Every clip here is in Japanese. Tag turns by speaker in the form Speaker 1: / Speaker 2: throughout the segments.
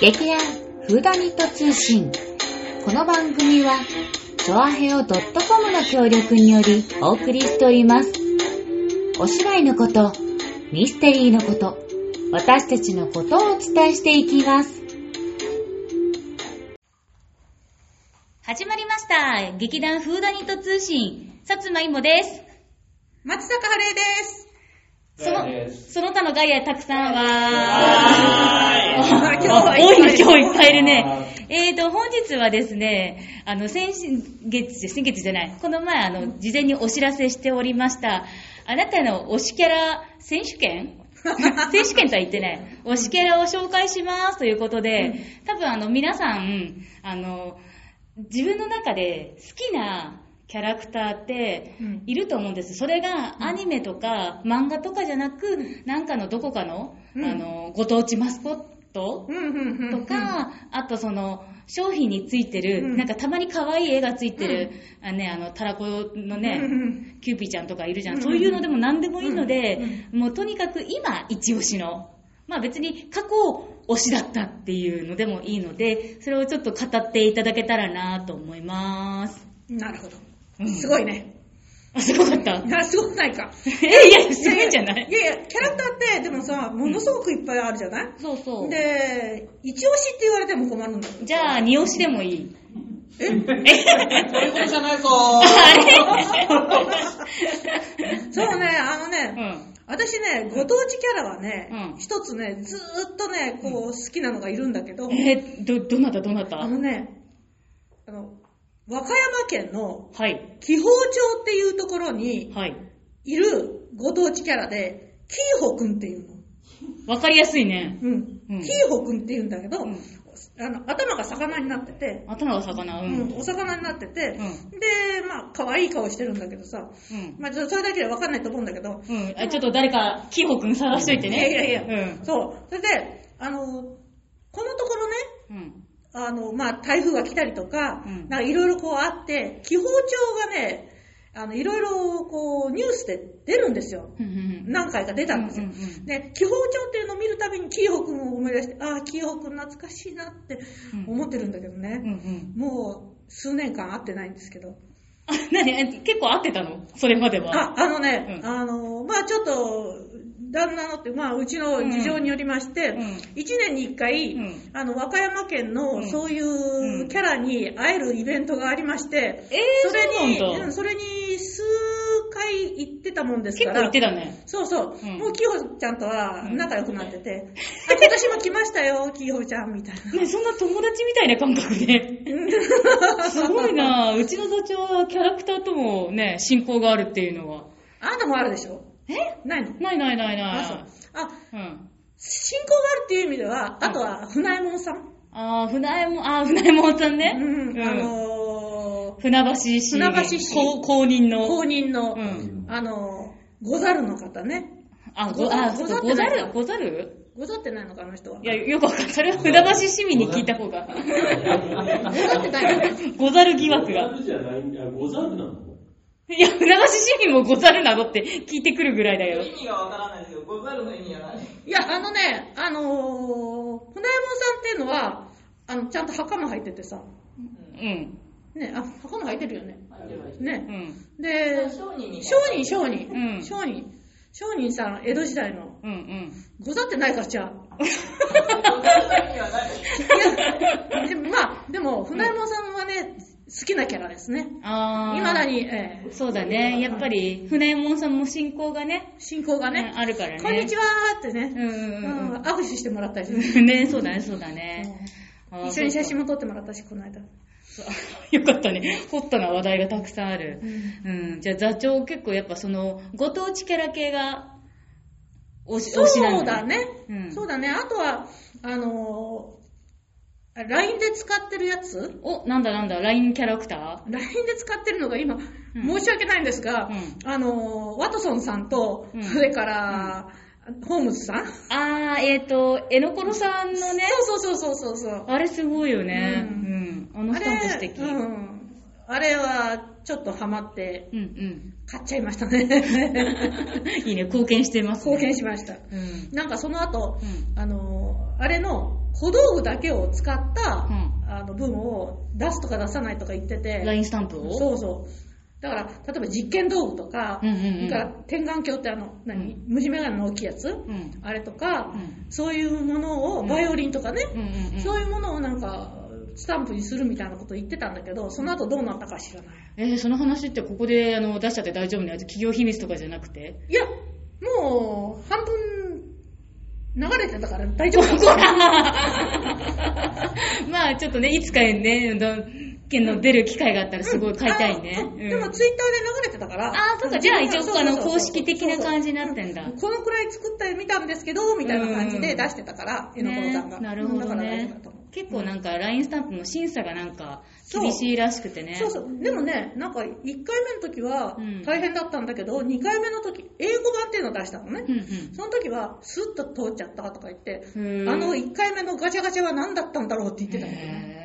Speaker 1: 劇団フーダニット通信。この番組は、チョアヘオ .com の協力によりお送りしております。お芝居のこと、ミステリーのこと、私たちのことをお伝えしていきます。始まりました。劇団フーダニット通信、さつまいもです。
Speaker 2: 松坂晴恵です。
Speaker 1: その
Speaker 3: ガイアで、す
Speaker 1: その他のガイアたくさ んは、
Speaker 2: ーい今日はいっぱい
Speaker 1: 多いね、今日いっぱいいるね。えーと、本日はですね、あの、先月、先月じゃない、この前、あの、事前にお知らせしておりました、あなたの推しキャラ選手権選手権とは言ってない。推しキャラを紹介しますということで、多分あの、皆さん、あの、自分の中で好きなキャラクターって
Speaker 2: うん
Speaker 1: いると思うんです。それがアニメとか漫画とかじゃなく、なんかのどこかの、
Speaker 2: うん
Speaker 1: あの、ご当地マスコット
Speaker 2: うんうんうんう
Speaker 1: と
Speaker 2: ん。
Speaker 1: か、あとその、商品についてる、
Speaker 2: うん
Speaker 1: なんかたまに可愛い絵がついてる、あね、あの、たらこのね、
Speaker 2: うんうん
Speaker 1: キューピーちゃんとかいるじゃん。
Speaker 2: うん
Speaker 1: そういうのでも何でもいいので、
Speaker 2: うん
Speaker 1: もうとにかく今、一押しの。まあ別に過去推しだったっていうのでもいいので、それをちょっと語っていただけたらなと思います。
Speaker 2: なるほど。
Speaker 1: うん
Speaker 2: すごいね。
Speaker 1: あ、すごかった。
Speaker 2: なすごくないか。
Speaker 1: え、いや、すごいんじゃない
Speaker 2: いやいや、キャラクターって、でもさ、ものすごくいっぱいあるじゃない、
Speaker 1: そうそう。
Speaker 2: で、一押しって言われても困るんだよ。
Speaker 1: じゃあ、二押しでもい い。
Speaker 3: そういうことじゃないぞ
Speaker 2: そうね、あの
Speaker 1: う
Speaker 2: ね、
Speaker 1: ん。
Speaker 2: 私ね、ご当地キャラはね、
Speaker 1: うん
Speaker 2: 一つね、ずーっとね、こう、好きなのがいるんだけど、
Speaker 1: えー、ど、どなたどなた
Speaker 2: あのね、あの、和歌山県の
Speaker 1: はい。
Speaker 2: 紀宝町っていうところに
Speaker 1: はい。
Speaker 2: いるご当地キャラで、キーホくんっていうの。
Speaker 1: わかりやすいね。
Speaker 2: うん
Speaker 1: うん
Speaker 2: キーホくんって言うんだけど、
Speaker 1: うん
Speaker 2: あの頭が魚になってて、
Speaker 1: 頭が魚。う。
Speaker 2: うん
Speaker 1: うん
Speaker 2: ん。お魚になってて、
Speaker 1: う
Speaker 2: で、まあ、可愛い顔してるんだけどさ、まあ、ちょっとそれだけでわかんないと思うんだけど、
Speaker 1: うん。あちょっと誰か、キホくん探しといてね。
Speaker 2: いやいやいや、
Speaker 1: うん。
Speaker 2: そう。それで、あの、このところね、
Speaker 1: うん。
Speaker 2: あの、まあ、台風が来たりとか、
Speaker 1: うん
Speaker 2: なんかいろいろこうあって、気泡調がね、あの、いろいろこう、ニュースで出るんですよ。
Speaker 1: うんうん
Speaker 2: 何回か出たんですよ。
Speaker 1: うんうんうん
Speaker 2: で、気泡調っていうのを見るたびに、キーホ君を思い出して、ああ、キーホ君懐かしいなって
Speaker 1: うん
Speaker 2: 思ってるんだけど
Speaker 1: うんう
Speaker 2: ね、
Speaker 1: ん。
Speaker 2: もう数年間会ってないんですけど。
Speaker 1: あ、なにえ結構合ってたのそれまでは。
Speaker 2: あ、あのね、
Speaker 1: うん
Speaker 2: あの、まあちょっと、旦那のって、まあうちの事情によりまして、
Speaker 1: うんうん
Speaker 2: 1年に1回、
Speaker 1: うん
Speaker 2: あの、和歌山県
Speaker 1: う
Speaker 2: の
Speaker 1: ん
Speaker 2: そうい
Speaker 1: うん
Speaker 2: うキャラに会えるイベントがありまして、
Speaker 1: えー、
Speaker 2: それに、
Speaker 1: そうなん
Speaker 2: うん
Speaker 1: だ。
Speaker 2: それに数回行ってたもんです
Speaker 1: 結
Speaker 2: か
Speaker 1: 構
Speaker 2: ら。
Speaker 1: 行ってたね。
Speaker 2: そうそう、
Speaker 1: うん
Speaker 2: もうキホちゃんとは
Speaker 1: うん
Speaker 2: 仲良くなって て、あ、今年も来ましたよ、キホちゃん、みたいな。
Speaker 1: ね、そんな友達みたいな感覚 で。すごいなぁうちの座長はキャラクターともね、親交があるっていうのは。
Speaker 2: あなたもあるでしょ
Speaker 1: え
Speaker 2: ないの
Speaker 1: ないないないな
Speaker 2: あ、
Speaker 1: い。
Speaker 2: そう。あ、
Speaker 1: うん。
Speaker 2: 信仰があるっていう意味では、あとは、船右衛門さん。
Speaker 1: あー、船江も、あー、船江もさんね。
Speaker 2: うん、あのー、
Speaker 1: 船橋市。
Speaker 2: 船橋市
Speaker 1: 公公認の。
Speaker 2: 公認の、
Speaker 1: うん。
Speaker 2: あのー、ござるの方ね。
Speaker 1: あ、ご、あ、
Speaker 2: ご
Speaker 1: そう
Speaker 2: ざ
Speaker 1: ござ
Speaker 2: ってな
Speaker 1: る
Speaker 2: い
Speaker 1: ござる
Speaker 2: ござってないのか、あの人は。
Speaker 1: いや、よくわかんない。それは船橋市民に聞いた方が。
Speaker 2: ござってないの か。
Speaker 1: ござる疑
Speaker 3: ゴ
Speaker 1: 惑
Speaker 3: ザ
Speaker 1: が。
Speaker 3: ルじゃないあ、ゴザルなの
Speaker 1: いや、船橋市民もござるなどって聞いてくるぐらいだよ。
Speaker 4: 意味がわからないですけど、ござるの意味がない。
Speaker 2: いや、あのね、あのー、船右衛門さんっていうのは、あの、ちゃんと墓も入っててさ。
Speaker 1: うん。
Speaker 2: ね、あ、墓も入ってるよね。
Speaker 1: う
Speaker 2: ね。
Speaker 1: ん。
Speaker 2: で、
Speaker 4: 商人みた
Speaker 2: 商
Speaker 4: いな。
Speaker 2: 人、商
Speaker 1: うん
Speaker 2: 人。商人。商人さん、江戸時代の。
Speaker 1: うんうん。
Speaker 2: ござってないかじゃあ。
Speaker 4: ござるの意味はない。
Speaker 2: いや、でもまあ、でも、船山さんはね、好きなキャラですね。
Speaker 1: あー。
Speaker 2: いまだに、ええ
Speaker 1: そうだね。やっぱり、船右衛門さんも信仰がね、
Speaker 2: 信仰が
Speaker 1: う
Speaker 2: ね
Speaker 1: ん、あるからね。
Speaker 2: こんにちはーってね、
Speaker 1: うんうんうん
Speaker 2: うん握手してもらったりする。
Speaker 1: は。ね、そうだね、そうだね。あー
Speaker 2: 一緒に写真も撮ってもらったし、この間。
Speaker 1: そうそうよか ったね。ホットな話題がたくさんある。うん。じゃあ座長結構やっぱその、ご当地キャラ系が、推し、
Speaker 2: そ
Speaker 1: 推しなん
Speaker 2: うだ。ね、
Speaker 1: うん
Speaker 2: そうだね。あとは、あのー、あ LINE で使ってるやつ
Speaker 1: お、なんだなんだ、LINE キャラクタ
Speaker 2: LINE で使ってるのが今、申し訳ないんですが、
Speaker 1: う
Speaker 2: あのー、ワトソンさんと、
Speaker 1: うん
Speaker 2: それから、ホームズさん、
Speaker 1: ーあー、えっ、と、えのころさんのね、
Speaker 2: そうそうそうそうそうそう。
Speaker 1: あれすごいよね。う。
Speaker 2: うん
Speaker 1: あの
Speaker 2: あ
Speaker 1: スタンプ素敵。
Speaker 2: れ、う
Speaker 1: うん
Speaker 2: ん、あれはちょっとハマって
Speaker 1: うん。
Speaker 2: 買っちゃいました ね
Speaker 1: いいね、貢献してます、ね。
Speaker 2: 貢献しました
Speaker 1: うん。
Speaker 2: なんかその後、
Speaker 1: うん
Speaker 2: あのーあれの小道具だけを使った、
Speaker 1: うん
Speaker 2: あの文を出すとか出さないとか言ってて、
Speaker 1: ラインスタンプを
Speaker 2: そうそう。だから、例えば実験道具とか、
Speaker 1: うんうんうん
Speaker 2: それから天眼鏡ってあの、何、
Speaker 1: う
Speaker 2: 虫眼鏡の大きいやつ、
Speaker 1: ん
Speaker 2: あれとか、
Speaker 1: うん
Speaker 2: そういうものを、バイオリンとかね、
Speaker 1: うんうんうん
Speaker 2: そういうものをなんか、スタンプにするみたいなこと言ってたんだけど、その後どうなったか知らない。
Speaker 1: えーその話ってここであの出しちゃって大丈夫なやつ企業秘密とかじゃなくて
Speaker 2: いや、もう、半分、流れてたから大丈夫
Speaker 1: ほら まあちょっとね、いつかね、ど県の出る機会があったらすごい買いたいね。
Speaker 2: あ
Speaker 1: うん
Speaker 2: でもツイッターで流れてたから。
Speaker 1: あーそうか
Speaker 2: ん
Speaker 1: じゃあ一応
Speaker 2: そうそうそう
Speaker 1: あの公式的な感じになってんだ
Speaker 2: うこのくらい作ってみたんですけど、みたいな感じで出してたから、絵のころさんが。
Speaker 1: ねなるほ
Speaker 2: うんだ
Speaker 1: ど
Speaker 2: から大
Speaker 1: ね
Speaker 2: 丈夫だと思う。
Speaker 1: 結構なんか LINE スタンプの審査がなんか
Speaker 2: そう
Speaker 1: 厳しいらしくてね。
Speaker 2: そうそう。でもね、なんか1回目の時は
Speaker 1: うん
Speaker 2: 大変だったんだけど、2回目の時、英語版っていうのを出したのね
Speaker 1: う。んうん。
Speaker 2: その時は、スッと通っちゃったとか言って、
Speaker 1: へ
Speaker 2: あ
Speaker 1: ー
Speaker 2: の1回目のガチャガチャは何だったんだろうって言ってたけどね。
Speaker 1: へ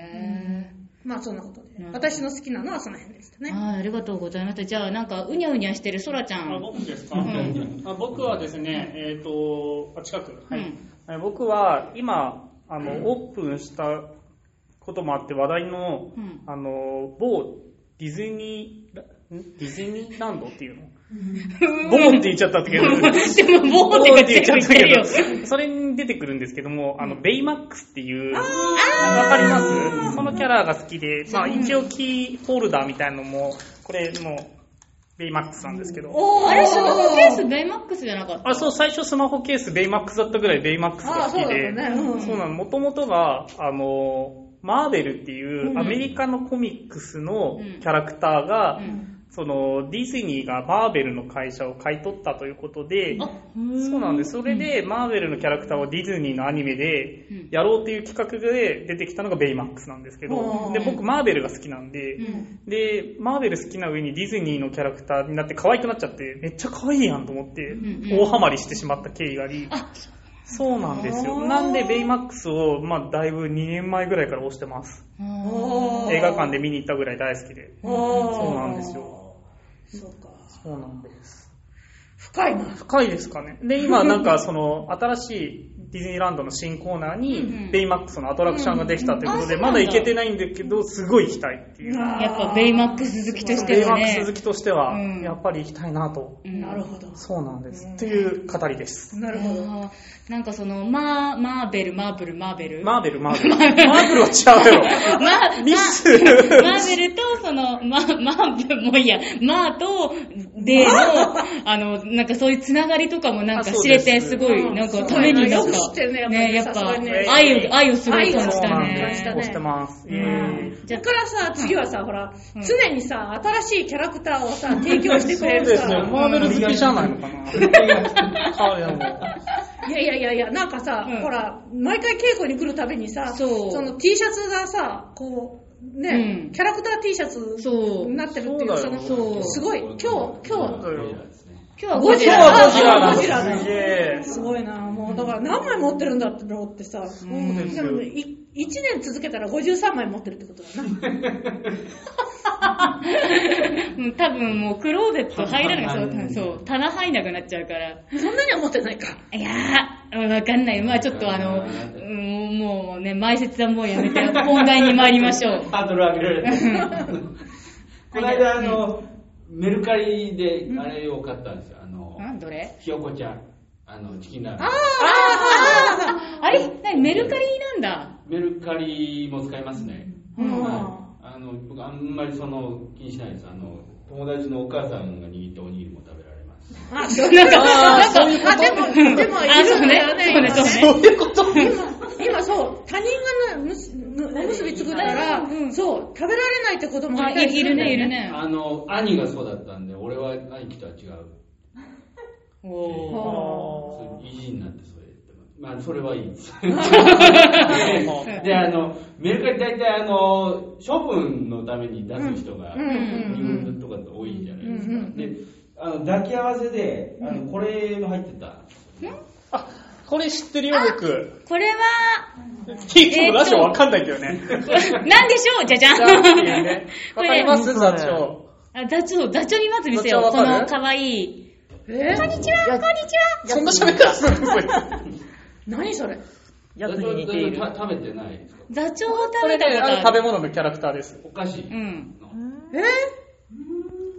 Speaker 2: まあそんなことで
Speaker 1: なる。ほど
Speaker 2: 私の好きなのはその辺でした
Speaker 1: ー
Speaker 2: ね。
Speaker 1: はいありがとうございました。じゃあなんかうにゃうにゃしてるそらちゃん。
Speaker 5: あ僕ですか、
Speaker 1: うん
Speaker 5: あ僕はですね、えっ、と、あ近く、はい
Speaker 1: うん
Speaker 5: え僕は今あの、オープンしたこともあって話題の、
Speaker 1: うん
Speaker 5: あの某ディズニーラ、んディズニーランドっていうの、ボーンって言っちゃった けど、
Speaker 1: でも、ボーンって言っちゃってるよ。
Speaker 5: それに出てくるんですけども、あの、ベイマックスっていう、わ
Speaker 1: ー
Speaker 5: かりますそのキャラが好きで、まあ一応キーホルダーみたいのも、これも、ベイマックスなんですけど。
Speaker 2: おー
Speaker 1: あれ、スマホケースベイマックスじゃなかった
Speaker 5: あ、そう、最初スマホケースベイマックスだったぐらいベイマックスが好きで、
Speaker 2: あーそうだったねうん
Speaker 5: そうなの、もともとが、あの、マーベルっていうアメリカのコミックスのキャラクターが、
Speaker 1: うん
Speaker 5: そのディズニーがマーベルの会社を買い取ったということで、
Speaker 1: あ
Speaker 5: そうなんです。それで、マーベルのキャラクターをディズニーのアニメで
Speaker 1: うん
Speaker 5: やろうっていう企画で出てきたのがベイマックスなんですけ
Speaker 2: お
Speaker 5: ど
Speaker 2: ー、
Speaker 5: で、僕、マーベルが好きなんで、
Speaker 1: うん
Speaker 5: で、マーベル好きな上にディズニーのキャラクターになって可愛くなっちゃって、めっちゃ可愛いやんと思って
Speaker 1: うんう、ん
Speaker 5: 大ハマりしてしまった経緯があり、
Speaker 1: あ、
Speaker 5: そうなんです
Speaker 2: お
Speaker 5: よ。
Speaker 2: ー
Speaker 5: なんで、ベイマックスを、まあ、だいぶ2年前ぐらいから推してます。
Speaker 1: あ
Speaker 2: おー
Speaker 5: 映画館で見に行ったぐらい大好きで。
Speaker 2: おー
Speaker 5: そうなんですよ。
Speaker 2: そうか。
Speaker 5: そうなんです。
Speaker 2: 深いな。
Speaker 5: 深いですかね。で、今なんかその新しいディズニーランドの新コー
Speaker 1: うん
Speaker 5: ナー
Speaker 1: うん
Speaker 5: にベイマックスのアトラクションができたということで、
Speaker 1: うんうんあそうなん
Speaker 5: ま
Speaker 1: だ
Speaker 5: だ行けてないんだけど、すごい行きたいっていう。
Speaker 2: あー
Speaker 1: やっぱベイマックス好きとして
Speaker 5: ベイ
Speaker 1: は
Speaker 5: マッ
Speaker 1: ね
Speaker 5: クス好。きとしては、
Speaker 1: うん
Speaker 5: やっぱり行きたいなと。
Speaker 1: うん
Speaker 2: なるほど。
Speaker 5: そうなんです。という語りです。
Speaker 2: なるほど。
Speaker 1: あーなんかその、マー、マーベル、マーブル、マーベル。
Speaker 5: マーベル、マーベル。マーベルは違うよ。
Speaker 1: マー
Speaker 5: ミス。
Speaker 1: マーベルと、その、マー、マーブル、もういいや、マーと、での、あの、なんかそういうつながりとかもなんか
Speaker 5: あそ
Speaker 1: 知
Speaker 5: うで
Speaker 1: れ
Speaker 5: す
Speaker 1: て、すごい、なんかためになんか
Speaker 2: よく知ってるね、
Speaker 1: ね、や
Speaker 2: やっぱりねさ
Speaker 1: っ
Speaker 2: す
Speaker 1: ぱ
Speaker 2: がにね、
Speaker 1: 愛を、愛をすごい感じ
Speaker 5: そう
Speaker 1: た
Speaker 5: なん
Speaker 2: 感
Speaker 5: で
Speaker 2: じ
Speaker 5: す。
Speaker 2: た
Speaker 1: ね。
Speaker 2: ね
Speaker 5: 押してます。イエーイ
Speaker 1: じ
Speaker 2: だ
Speaker 1: ゃ
Speaker 2: からさ、次はさ、ほら、
Speaker 1: うん
Speaker 2: 常にさ、新しいキャラクターをさ、提供してくれる
Speaker 5: そうですね
Speaker 2: さ、
Speaker 5: マーベル好きじゃないのかな。彼らも。
Speaker 2: いやいやいやいや、なんかさ、
Speaker 1: うん
Speaker 2: ほら、毎回稽古に来るたびにさ、
Speaker 1: そう
Speaker 2: の T シャツがさ、こう、ね、
Speaker 1: うん
Speaker 2: キャラクター T シャツ
Speaker 1: そう
Speaker 2: になってるっていう、
Speaker 5: そうだよ
Speaker 1: そう
Speaker 2: の、すごい、今日、今日は、
Speaker 1: 今日は
Speaker 2: ゴ
Speaker 1: ゴ
Speaker 2: ジ
Speaker 1: ジ
Speaker 5: 今
Speaker 2: ラ
Speaker 5: 日
Speaker 1: ラ。
Speaker 5: はゴジラな
Speaker 2: ゴジラだ
Speaker 5: んだ。すげえ。
Speaker 2: すごいな、もう、だから何枚持ってるんだろうってさ、
Speaker 5: そうです
Speaker 2: で
Speaker 5: よ。
Speaker 2: も、い1年続けたら53枚持ってるってことだな。
Speaker 1: うん多分もうクローゼット入らない、そう、そう、棚入んなくなっちゃうから。
Speaker 2: そんなには持ってないか。
Speaker 1: いやー、わかんない。まあちょっとあの、うんもうね、前説はもうやめて、本題に参りましょう。
Speaker 3: ハードル上げられ てるこの間、あの、メルカリであれを買ったんですよ。あの、
Speaker 1: なんどれ
Speaker 3: ひよこちゃん。あの、チキンラーメン。
Speaker 1: ああれ何メルカリなんだ。
Speaker 3: メルカリも使いますね。
Speaker 1: うん
Speaker 3: はいあの、僕あんまりその気にしないです。あの、友達のお母さんが握ったおにぎりも食べられます。
Speaker 2: あ、そうなんか、あ、そういうことでも、でも、い
Speaker 1: あ
Speaker 2: るんだよね。
Speaker 1: そうねそうね
Speaker 5: そういうこと
Speaker 2: 今今そう、他人がねむす、むおむすび作ったら、そう、食べられないって子供が
Speaker 1: あ
Speaker 2: いたり
Speaker 1: い
Speaker 2: す
Speaker 1: いる
Speaker 2: んだ
Speaker 1: ね、い
Speaker 2: よ
Speaker 1: る。ね。
Speaker 3: あの、兄がそうだったんで、俺は兄貴とは違う。
Speaker 1: おー
Speaker 3: そういう意地になってそれやってます。まあ、それはいいです。
Speaker 5: あ
Speaker 3: で、あの、メルカリ大体、あの、処分のために出す人が、
Speaker 2: うんうん
Speaker 3: 日
Speaker 2: うん
Speaker 3: 本とかって多いじゃないです
Speaker 2: うんう
Speaker 3: か。で、あの、抱き合わせで、あの、これも入ってた。
Speaker 5: これ知ってるよ、僕。
Speaker 1: これは、
Speaker 5: 結構ラジオわかんないけどね。
Speaker 1: なんでしょうじゃじゃん
Speaker 5: じゃあっていうね。
Speaker 1: こ
Speaker 5: わかり
Speaker 1: れ、
Speaker 5: ます座長。
Speaker 1: あダチョウ、ダチョウにまず見せ
Speaker 5: ダチ
Speaker 1: よ
Speaker 5: ョ
Speaker 1: う。
Speaker 5: ウ
Speaker 1: こ
Speaker 5: わか
Speaker 1: の
Speaker 5: る
Speaker 1: 可愛い。
Speaker 2: え
Speaker 1: こんにちは、こんにちは。
Speaker 5: そんな喋り方するのこいつ
Speaker 2: 何それ
Speaker 6: やつに似ている
Speaker 3: だ。だだ食べてないですか
Speaker 1: 座長を
Speaker 5: こ
Speaker 1: 食
Speaker 5: れ
Speaker 1: べたこ
Speaker 5: ね、
Speaker 1: と
Speaker 5: あ
Speaker 1: あ
Speaker 5: の
Speaker 1: る。
Speaker 5: 食べ物のキャラクターです。
Speaker 3: お菓子
Speaker 1: う
Speaker 3: の、
Speaker 1: ん。
Speaker 2: え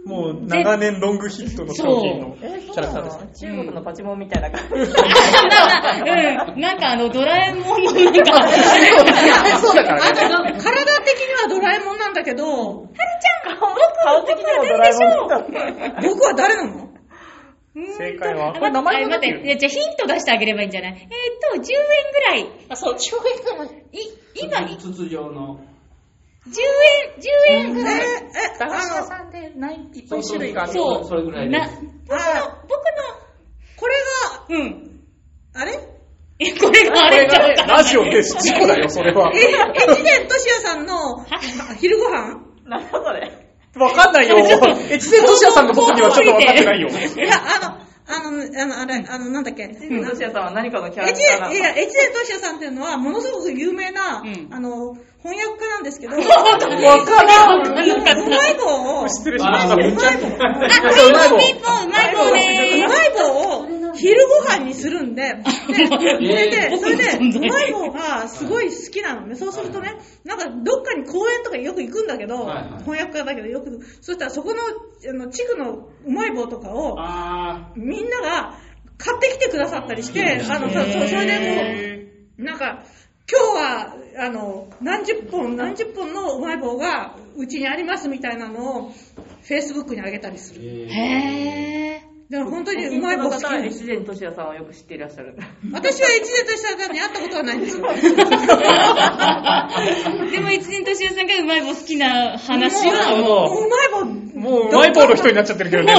Speaker 5: もう長年ロングヒットの商品のキ
Speaker 6: えー、そう
Speaker 5: ャラクタ
Speaker 6: な
Speaker 5: ーですね
Speaker 6: の。中国のパチモンみたいな感じ。
Speaker 1: うん。なんかあの、ドラえもんのなんか、
Speaker 5: そうだから
Speaker 2: あと
Speaker 5: ね。
Speaker 2: なんか体的にはドラえもんなんだけど、
Speaker 6: 顔顔的にもドラえもんだった。
Speaker 2: 僕は誰なの
Speaker 5: 正解は
Speaker 1: あ
Speaker 5: これ名前
Speaker 1: 待
Speaker 5: が
Speaker 1: っ
Speaker 5: 出
Speaker 1: て
Speaker 5: て
Speaker 1: 待って、い
Speaker 5: る。
Speaker 1: やじゃあヒント出してあげればいいんじゃないえーっと、10円ぐらい。
Speaker 6: あ、そう、中国の。
Speaker 1: い、今、い
Speaker 3: 筒状の。
Speaker 1: 10円、10円ぐ
Speaker 2: え、
Speaker 1: らい。
Speaker 2: え、
Speaker 6: 駄菓子屋
Speaker 2: あの、
Speaker 6: さんでない、いっぱ
Speaker 3: そう
Speaker 6: い種類がある。
Speaker 1: そう
Speaker 3: それぐらいで
Speaker 1: な
Speaker 3: す。、
Speaker 2: あ
Speaker 1: 僕
Speaker 2: これが、
Speaker 1: の、うん。
Speaker 2: あれ
Speaker 1: え、これがあれちゃうから。
Speaker 5: ラジオです。事故だよ、それは。
Speaker 2: え、越前俊也さんの昼ご飯
Speaker 6: なんだそれ。
Speaker 5: わかんないよ。え、知性都市屋さんの僕にはちょっとわかってないよ。
Speaker 2: いや、あの、あの、あの、あれ、あの、なんだっけ。越前、い
Speaker 6: ロシアさんは何かのキャ
Speaker 2: や、
Speaker 6: ラ
Speaker 2: 越
Speaker 6: クターなの
Speaker 2: 前俊也さんっていうのは、ものすごく有名な、
Speaker 1: うん
Speaker 2: あの、翻訳家なんですけど、
Speaker 5: わからん。
Speaker 2: うまい棒を、
Speaker 5: 失礼しました。
Speaker 2: うまい棒、
Speaker 1: あ、ピ
Speaker 5: そううま
Speaker 1: ン
Speaker 5: い
Speaker 1: ポ
Speaker 5: 棒
Speaker 1: ンピンポン、うまい棒
Speaker 2: う
Speaker 1: でー
Speaker 2: まい棒を昼ご飯にするん で、で、それで、それ
Speaker 1: え
Speaker 2: で、
Speaker 1: ー
Speaker 2: うまい棒がすごい好きなのね。そうするとね、なんかどっかに公園とかよく行くんだけど
Speaker 3: はいはい、
Speaker 2: 翻訳家だけどよく、そしたらそこの、あの、地区のうまい棒とかを、
Speaker 3: あ
Speaker 2: みんなが買ってきてくださったりして、あの、そう、そうそれでもう、なんか、今日は、あの、何十本、何十本のうまい棒がうちにありますみたいなのを、Facebook にあげたりす
Speaker 3: ー
Speaker 2: る。
Speaker 3: えー
Speaker 1: へー。
Speaker 2: だから本当にうまい棒好き
Speaker 6: 方
Speaker 2: な
Speaker 6: は
Speaker 2: んです
Speaker 6: 越前俊也さんはよく知っていらっしゃる。
Speaker 2: 私は越前とした方に会ったことはない んですよ。
Speaker 1: でも一年年上さんがうまい棒好きな話
Speaker 5: なる
Speaker 1: は、
Speaker 2: も
Speaker 5: ほど
Speaker 2: ううまい棒、
Speaker 5: もう、うまい棒の人になっちゃってるけどね。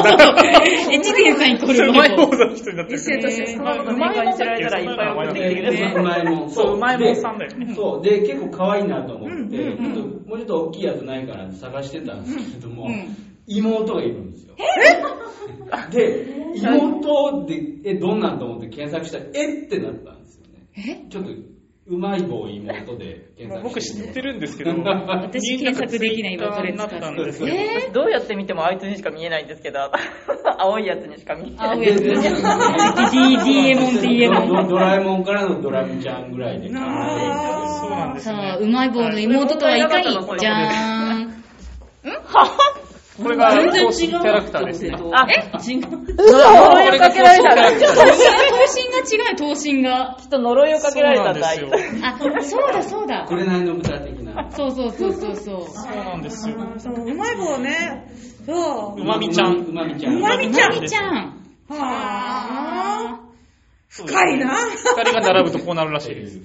Speaker 1: え、知念さんイコール
Speaker 5: う
Speaker 1: う
Speaker 5: ま
Speaker 1: ま
Speaker 5: い
Speaker 1: い
Speaker 5: 棒
Speaker 1: 棒。
Speaker 5: の人になってるけ
Speaker 2: 一
Speaker 5: ど
Speaker 2: 世としてそんなこと
Speaker 6: うまい棒に知られたらいっぱい送ってきてください。
Speaker 3: うまいもん。
Speaker 5: そううまいもんさんだよね
Speaker 3: でそう、で、結構可愛いなと思って、
Speaker 2: う
Speaker 3: ちょっともうちょっと大きいやつないかなって探してたんですけども、
Speaker 1: うん
Speaker 3: 妹がいるんですよ。 で、妹で、え、どんなんと思って検索したら、えってなったんですよね。ちょっと、うまい棒妹で検索してみよう
Speaker 5: 僕知ってるんですけど。
Speaker 1: 私検索できないわ、それ使っ
Speaker 5: なったんで
Speaker 1: て。
Speaker 5: すよ。
Speaker 1: え
Speaker 6: どうやって見てもあいつにしか見えないんですけど、 青いやつにしか見え
Speaker 1: ー、
Speaker 6: ない。
Speaker 1: 青いやつ。
Speaker 3: でで
Speaker 1: D、D、エモン、D、エモ
Speaker 3: ド
Speaker 1: ン。
Speaker 3: ドラえもんからのドラムちゃんぐらいで考えてるんですけど。
Speaker 5: そうなんです
Speaker 1: さあ、
Speaker 5: ね。
Speaker 1: うまい棒の妹とはいかに
Speaker 6: あ
Speaker 1: じゃー ん。
Speaker 5: これが公式キャラクターですね。
Speaker 6: あ、
Speaker 1: 違う。
Speaker 6: 呪いをかけられたんだ。
Speaker 1: 頭身が違う、頭身が。
Speaker 6: きっと呪いをかけられたんだ。あい
Speaker 5: そう
Speaker 6: つ
Speaker 5: なんですよ。
Speaker 1: あ、そうだ、そうだ
Speaker 3: こ。れなりの豚的な。
Speaker 1: そうそうそうそうそう。
Speaker 5: そうなんですよ。
Speaker 2: そのうまい棒ね、そうう。
Speaker 5: まみちゃん
Speaker 3: うまみちゃん。
Speaker 2: うまみちゃん
Speaker 1: うまみちゃん。
Speaker 2: はぁ
Speaker 5: 深
Speaker 2: 深いな。
Speaker 5: 二人が並ぶとこうなるらしいです。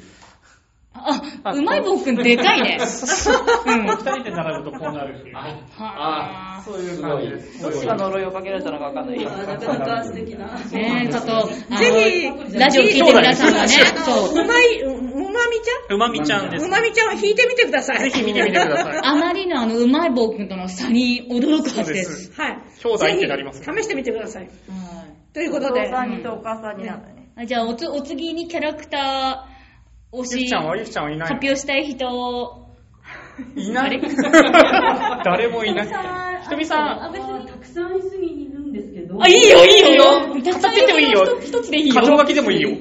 Speaker 1: あ、うまい棒くんでかいね。うん。
Speaker 5: 二人で並ぶとこうなるっていう。
Speaker 3: あ、そういう感じです。
Speaker 6: どっちが呪いをかけられたのかわかんない。
Speaker 4: なかなか素敵な。
Speaker 1: ねえ、ちょっと、あ
Speaker 2: ぜ
Speaker 1: の
Speaker 2: ひ
Speaker 1: ラジオ聞いて皆さんがね、
Speaker 2: あ
Speaker 1: そ
Speaker 2: のう
Speaker 1: う。
Speaker 2: まい、ううまみちゃん
Speaker 5: うまみちゃんです
Speaker 2: う。まみちゃんを弾いてみてください。
Speaker 5: ぜひ見てみてください。
Speaker 1: あまりのあの、うまい棒くんとの差に驚くはずで。
Speaker 5: そうですす
Speaker 2: はい。
Speaker 5: 兄弟ってなります
Speaker 2: ぜひ試してみてください。
Speaker 1: はい
Speaker 2: というこ
Speaker 6: お
Speaker 2: とで
Speaker 6: 父、さんにとお母さんになんだね。
Speaker 1: あじゃあおつ、お次にキャラクター
Speaker 5: ゆ
Speaker 1: 推
Speaker 5: き
Speaker 1: し、
Speaker 5: ちゃんは
Speaker 1: 発
Speaker 5: ゆきちゃんはいない
Speaker 1: 表したい人、
Speaker 5: いない誰もいない。ひとみさん、
Speaker 7: たくさんいすぎにいるんですけど、
Speaker 1: あ、いいよ、いい
Speaker 5: い
Speaker 1: よ
Speaker 5: い
Speaker 1: た
Speaker 5: よ
Speaker 1: くさん
Speaker 5: 買ってってもいいよ
Speaker 1: 一つ一つでいいよ。
Speaker 5: 過剰書きでもいいよ。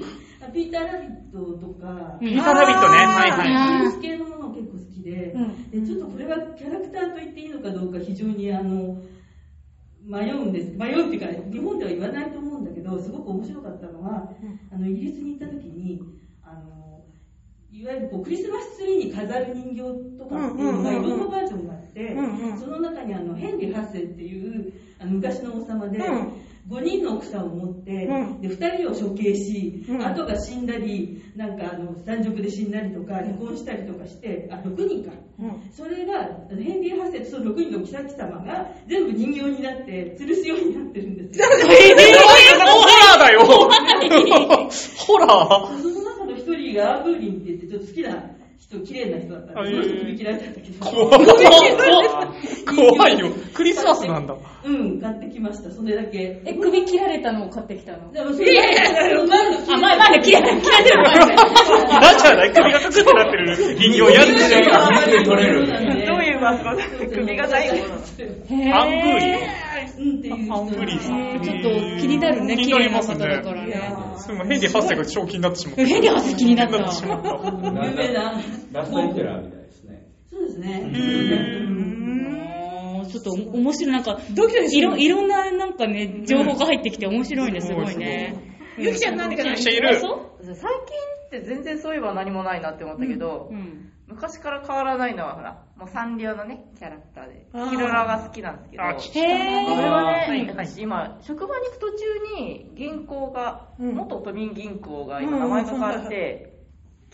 Speaker 7: あピーターラビットとか、
Speaker 1: うん
Speaker 5: ピザラビットね。
Speaker 2: あー
Speaker 5: はいはい。
Speaker 7: サイエン
Speaker 1: あ
Speaker 7: ス系のもの結構好きで,、で、ちょっとこれはキャラクターと言っていいのかどうか非常にあの迷うんです。迷うっていうか、日本では言わないと思うんだけど、すごく面白かったのは、あのイギリスに行った時に、あのいわゆるこうクリスマスツリーに飾る人形とかっていうのがいろんなバージョンがあって、
Speaker 2: うんうん
Speaker 7: その中にあのヘンリー8世っていうあの昔の王様で、
Speaker 2: うん
Speaker 7: 5人の奥さんを持って、
Speaker 2: うん
Speaker 7: で2人を処刑し、
Speaker 2: うん
Speaker 7: あとが死んだりなんかあの山賊で死んだりとか離婚したりとかしてあ6人か、
Speaker 2: うん
Speaker 7: それがあのヘンリー8世とその6人の妃様が全部人形になって吊るすようになってるんですよ
Speaker 5: ホラーだよホラ
Speaker 7: その中の1人がアーブーリンって言ってちょっと好きな人綺麗な人だったんで
Speaker 5: あ
Speaker 7: その人
Speaker 5: へー
Speaker 7: 首嫌いだったけど
Speaker 5: ー怖い怖いよ。クリスマスなんだ。
Speaker 7: うん買ってきましたそれだけ
Speaker 8: え、首切られたのを買ってきたの
Speaker 7: でもそれ前の前の
Speaker 1: ーあ、前、前で切れない、切れてる前で。
Speaker 5: なんじゃない首がカクってなってる人形やる
Speaker 3: で取れる。
Speaker 6: どういうマスコット首がないものなの
Speaker 5: アンブーリン。
Speaker 7: うんっていう人
Speaker 5: あ無理
Speaker 1: えーちょっと気になるね、
Speaker 5: 気
Speaker 1: 綺
Speaker 5: にな
Speaker 1: 麗
Speaker 5: り
Speaker 1: な
Speaker 5: ます
Speaker 1: 方
Speaker 5: ね
Speaker 1: だから
Speaker 2: いや
Speaker 1: ね。
Speaker 5: それもヘンリー8世が正気になってしまった。
Speaker 1: ヘンリー8世気になった
Speaker 5: 気しまった
Speaker 3: 有
Speaker 7: 有名な
Speaker 3: ラストエンペラーみたいですね。
Speaker 7: そうですね。
Speaker 1: あーちょっと面白い、なんか、
Speaker 2: ドキドキす
Speaker 1: い
Speaker 2: る
Speaker 1: ろいろんななんかね、情報が入ってきて面白いね、すごいね。
Speaker 2: ゆきちゃん何かない
Speaker 5: めっちゃいる
Speaker 1: そう
Speaker 6: 最近って全然そういえば何もないなって思ったけど、
Speaker 1: うん
Speaker 6: 昔から変わらないのはほら、もうサンリオのね、キャラクターで
Speaker 2: あー、
Speaker 6: ヒロラが好きなんですけど、
Speaker 5: あ聞
Speaker 1: へ
Speaker 6: これは
Speaker 1: え。
Speaker 6: ね、私今、職場に行く途中に銀行が、
Speaker 2: うん
Speaker 6: 元都民銀行が
Speaker 2: う
Speaker 6: 今
Speaker 2: ん
Speaker 6: 名前が変わって、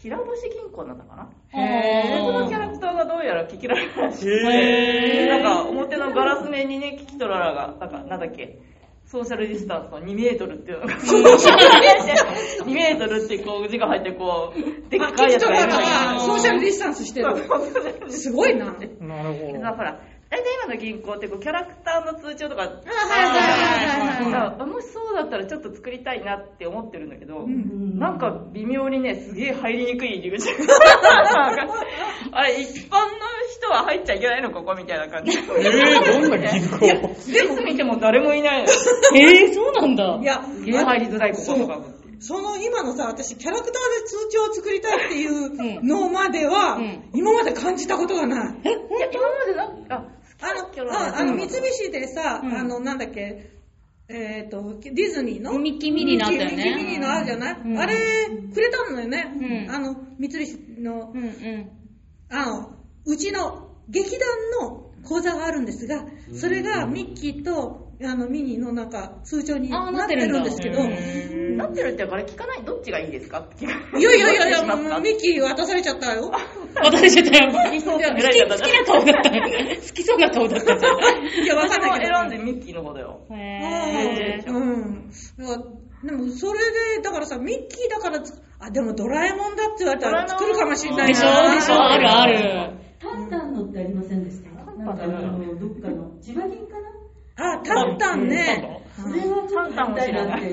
Speaker 6: きらぼし銀行になったかな
Speaker 1: へー
Speaker 6: そのキャラクターがどうやら聞きられるらしい。
Speaker 5: へ
Speaker 6: なんか表のガラス面にね、キキトララが、なんかなんだっけ、ソーシャルディスタンスの2メートルっていうのが、2メートルってこう字が入ってこう、でっ
Speaker 2: あ、
Speaker 6: かい
Speaker 2: キ
Speaker 6: や
Speaker 2: キ
Speaker 6: つ
Speaker 2: ト
Speaker 6: がい
Speaker 2: ラ
Speaker 6: る
Speaker 2: ラ
Speaker 6: のに
Speaker 2: がソーシャルディスタンスしてる。すごいな。
Speaker 5: なるほ
Speaker 6: でさ、
Speaker 5: ど。
Speaker 6: ほら、大体今の銀行ってこうキャラクターの通帳とか、はい
Speaker 2: はいはいはいはい
Speaker 6: もしそうだったらちょっと作りたいなって思ってるんだけど、
Speaker 7: ん
Speaker 6: なんか微妙にね、すげえ入りにくい入り口。 あれ、一般の人は入っちゃいけないのここみたいな感じ。
Speaker 5: えー、どんな銀行
Speaker 6: いつ見ても誰もいないの。す
Speaker 1: えー、そうなんだ
Speaker 2: い。や、
Speaker 6: げえ入りづらい、こことか。
Speaker 2: その今のさ、私、キャラクターで通帳を作りたいっていうのまでは、今まで感じたことがない。
Speaker 6: いや、今までなんか、
Speaker 2: あ
Speaker 6: キャ
Speaker 2: の、
Speaker 6: ラ
Speaker 2: ああの三菱でさ、
Speaker 1: うん
Speaker 2: あの、なんだっけ、えっ、と、ディズニーの
Speaker 1: ミッキーミニーのあったよね
Speaker 2: ミッキーミニーのあるじゃない、
Speaker 1: ん
Speaker 2: あれ、くれたのよね。
Speaker 1: うん
Speaker 2: あの、三菱の
Speaker 1: う、んうん。
Speaker 2: あの、うちの劇団の講座があるんですが、それがミッキーと、あの、ミニーのなんか、通帳に
Speaker 1: あー
Speaker 2: なってるんですけど、
Speaker 1: なって
Speaker 6: なってるってこれ聞かない、どっちがいいですかって聞か
Speaker 2: いやいやいやいや、
Speaker 6: どっちにします
Speaker 2: も
Speaker 6: か
Speaker 2: うミッキー渡されちゃったよ。
Speaker 1: 私ちゃったよ。好き
Speaker 6: そう
Speaker 1: 好き好きな顔だった。好きそうな顔だったじゃん。
Speaker 2: いや、わか
Speaker 6: 私
Speaker 2: んな
Speaker 6: も
Speaker 2: いけど。
Speaker 6: 選んでミッキーの方だよ。
Speaker 1: へ
Speaker 2: あーうん。だからでも、それで、だからさ、ミッキーだからつ、あ、でもドラえもんだって言われたら作るかもしれ
Speaker 1: ー
Speaker 2: ない
Speaker 1: で
Speaker 2: な
Speaker 1: しょでしょあるある。
Speaker 7: タンタンのってありませんでしたなんかあの、どっかの、千葉銀かな
Speaker 2: あ、タンタンね。
Speaker 7: それはちょっと見たいなって。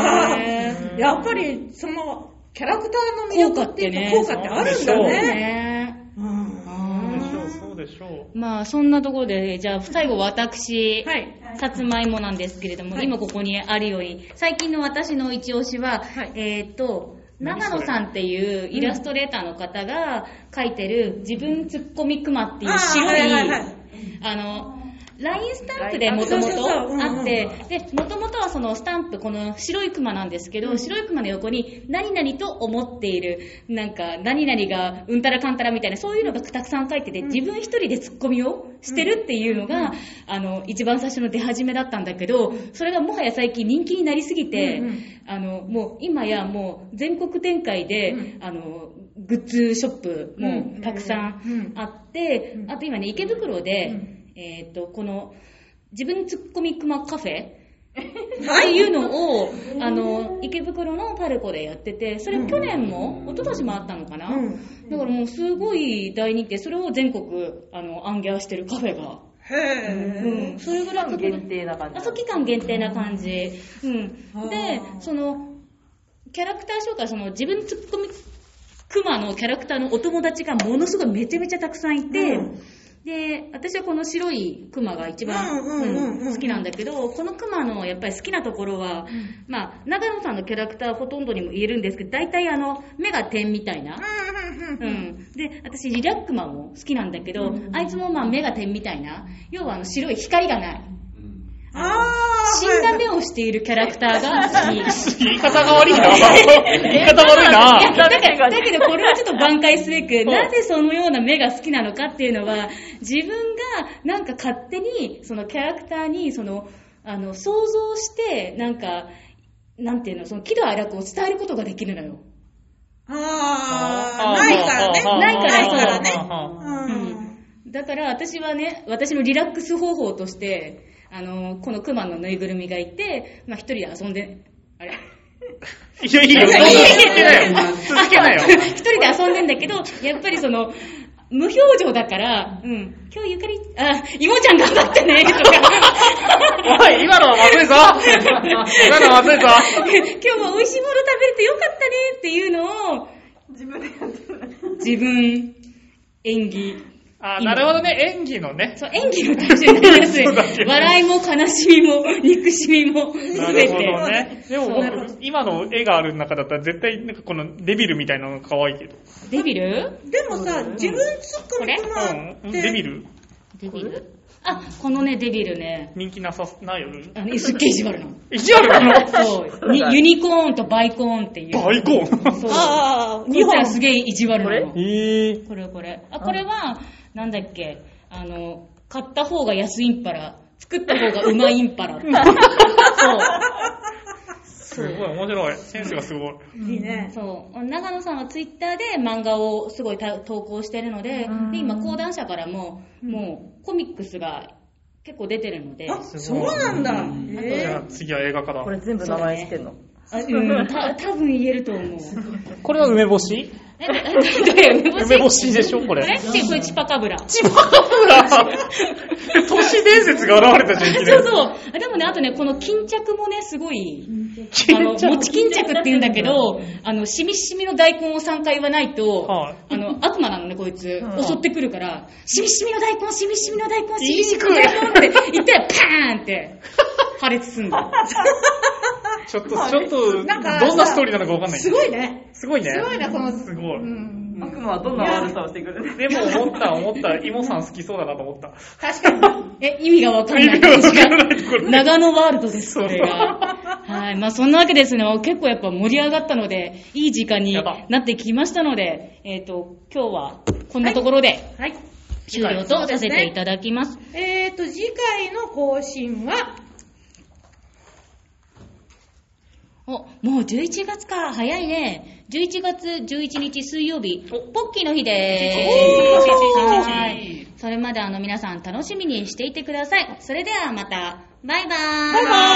Speaker 1: へー
Speaker 2: やっぱり、その、キャラクターの魅力っていうか、
Speaker 1: 効
Speaker 2: 効
Speaker 1: 果
Speaker 2: 果
Speaker 1: っ
Speaker 2: ってて
Speaker 1: ね
Speaker 2: あるんだね。
Speaker 1: ね
Speaker 2: うん
Speaker 5: そうでしょう、そうでしょ
Speaker 1: まあそんなところで、じゃあ最後私、
Speaker 2: はい
Speaker 1: さつまいもなんですけれども、
Speaker 2: はい
Speaker 1: 今ここにあるように、最近の私の一押しは、
Speaker 2: はい
Speaker 1: えーっと、
Speaker 5: 何それ
Speaker 1: 長野さんっていうイラストレーターの方が書いてる自分ツッコミクマっていう白
Speaker 2: あーはい
Speaker 1: い
Speaker 2: はいはい、
Speaker 1: あの、ラインスタンプでもとも
Speaker 2: そうそうそううんう
Speaker 1: と
Speaker 2: ん
Speaker 1: あって、で、もともとはそのスタンプ、この白いクマなんですけど、白いクマの横に、何々と思っている、なんか、何々がうんたらかんたらみたいな、そういうのがたくさん書いてて、自分一人でツッコミをしてるっていうのが、あの、一番最初の出始めだったんだけど、それがもはや最近人気になりすぎて、
Speaker 2: うんうん
Speaker 1: あの、もう今やもう全国展開で、あの、グッズショップもたくさんあって、あと今ね、池袋で、えっ、と、この、自分ツッコミクマカフェっていうのを、あの、池袋のパルコでやってて、それ去年も、一昨年もあったのかな、だからもうすごい大人気で、それを全国、あの、アンギャーしてるカフェが、
Speaker 2: へえ。
Speaker 1: うん、そういうぐらいの
Speaker 6: 限定な感じ
Speaker 1: あ。そう期間限定な感じ、うん、でそのキャラクター紹介その自分ツッコミクマのキャラクターのお友達がものすごいめちゃめちゃたくさんいて、
Speaker 2: うん
Speaker 1: で私はこの白いクマが一番
Speaker 2: うんうんうんうん
Speaker 1: うん好きなんだけどこのクマのやっぱり好きなところは、まあ長野さんのキャラクターほとんどにも言えるんですけど大体あの目が点みたいな、うん、で私リラックマも好きなんだけど、あいつもまあ目が点みたいな要はあの白い光がない
Speaker 3: うん
Speaker 2: ああ、
Speaker 1: 死んだ目をしているキャラクターが好き。
Speaker 5: う。言い方が悪いな。言い方悪い
Speaker 1: いや
Speaker 5: な。
Speaker 1: だからだけどこれはちょっと挽回すべく、なぜそのような目が好きなのかっていうのは、自分がなんか勝手に、そのキャラクターに、その、あの、想像して、なんか、なんていうの、その喜怒哀楽を伝えることができるのよ。
Speaker 2: ああ、ないからね。
Speaker 1: ないからそう
Speaker 5: ね。
Speaker 1: うんだから私はね、私のリラックス方法として、あの、このクマのぬいぐるみがいて、まあ一人で遊んで、あれ
Speaker 5: いやいやいや、続けないよ。続けないよ。
Speaker 1: 一人で遊んでんだけど、やっぱりその、無表情だから、うん、今日ゆかり、あ、妹ちゃん頑張ってね、と か、
Speaker 5: おい、今のはまず いぞ。今のはまずいぞ。
Speaker 1: 今日は美味しいもの食べれてよかったね っていうのを、自分でやって自分、演技、
Speaker 5: あ、なるほどね。演技のね。
Speaker 1: そう、演技の対象になりやすい。
Speaker 5: そうだけど
Speaker 1: 笑いも悲しみも憎しみも全
Speaker 5: な
Speaker 1: て
Speaker 5: る。ほどね。でも
Speaker 1: そうな
Speaker 5: 僕、今の絵がある中だったら絶対、なんかこのデビルみたいなのが可愛いけど。
Speaker 1: デビル
Speaker 2: でもさ、自分ツッコミともあ
Speaker 5: う
Speaker 2: っ
Speaker 5: ん。
Speaker 2: て、
Speaker 5: デビル
Speaker 1: デビルあ、このね、デビルね。
Speaker 5: 人気なさ、ないよ ね。
Speaker 1: あの、すっげえ意地悪なの。
Speaker 5: 意地悪なの
Speaker 1: そう。にユニコーンとバイコーンっていう。こ
Speaker 5: 大根。
Speaker 2: ああ、
Speaker 1: い
Speaker 2: 日
Speaker 1: つ
Speaker 2: 本
Speaker 1: らすげえ意地悪なの。
Speaker 5: えー。
Speaker 1: これこれ。あ、これは、なんだっけ、あの、買った方が安いんぱら、作った方がうまいんぱ ら。
Speaker 5: すごい、面白い。センスがすごい。
Speaker 2: いいね。
Speaker 1: そう。長野さんはツイッターで漫画をすごいた投稿してるので、で今講談社からも、もうコミックスが結構出てるので、
Speaker 2: あ、
Speaker 5: す
Speaker 2: そ
Speaker 5: ごいう
Speaker 2: なんだ。
Speaker 5: じゃあ
Speaker 2: え
Speaker 5: 次は映画から。
Speaker 6: これ全部名前知ってんの
Speaker 1: あうん、た多分言えると思 う。
Speaker 5: これは梅干し
Speaker 1: え、え、え、
Speaker 5: 梅干しでしょこれ
Speaker 1: え、ちこれチパカブラ。
Speaker 5: 千葉カブラ 都市伝説が現れたじゃん、いきな
Speaker 1: そう
Speaker 5: り。
Speaker 1: そう。あでもね、あとね、この巾着もね、すごい、
Speaker 5: 巾
Speaker 1: あの、
Speaker 5: 着
Speaker 1: 餅巾着って言うんだけど、あの、しみしみの大根を3回言わないと、
Speaker 5: はい
Speaker 1: あの、悪魔なのね、こいつ。
Speaker 6: ん
Speaker 1: 襲ってくるから、しみしみの大根、しみしみの大根、しみしみの大根って言ったら、パーンって、破裂すんだ。
Speaker 5: ちょっと、ちょっと、どん
Speaker 2: なんか
Speaker 5: なストーリーなのかわかん
Speaker 2: ー
Speaker 5: ない。
Speaker 2: す
Speaker 5: す
Speaker 2: ごいね。
Speaker 5: ごいね。
Speaker 2: すごいな、この、
Speaker 5: すごい。
Speaker 2: うん。
Speaker 6: 悪魔はどんな悪さをしてくる
Speaker 5: でも思った、思った。イモさん好きそうだなと思った。
Speaker 2: 確かに。
Speaker 1: え、意味がわかんな
Speaker 5: 意味がわかんない
Speaker 1: い
Speaker 5: こ。れ
Speaker 1: 長野ワールドです、
Speaker 5: そう
Speaker 1: これが。はい。まあ、そんなわけですね。結構やっぱ盛り上がったので、いい時間に
Speaker 5: やば
Speaker 1: なってきましたので、えっ、と、今日はこんなところで
Speaker 2: はい。
Speaker 1: 終了とさせていただきます。
Speaker 2: えーと、次回の更新は、
Speaker 1: お、もう11月か。早いね。11月11日水曜日、ポッキーの日です。はい。それまであの皆さん楽しみにしていてください。それではまた、バイバー
Speaker 2: バ
Speaker 1: イ。
Speaker 2: イバーイ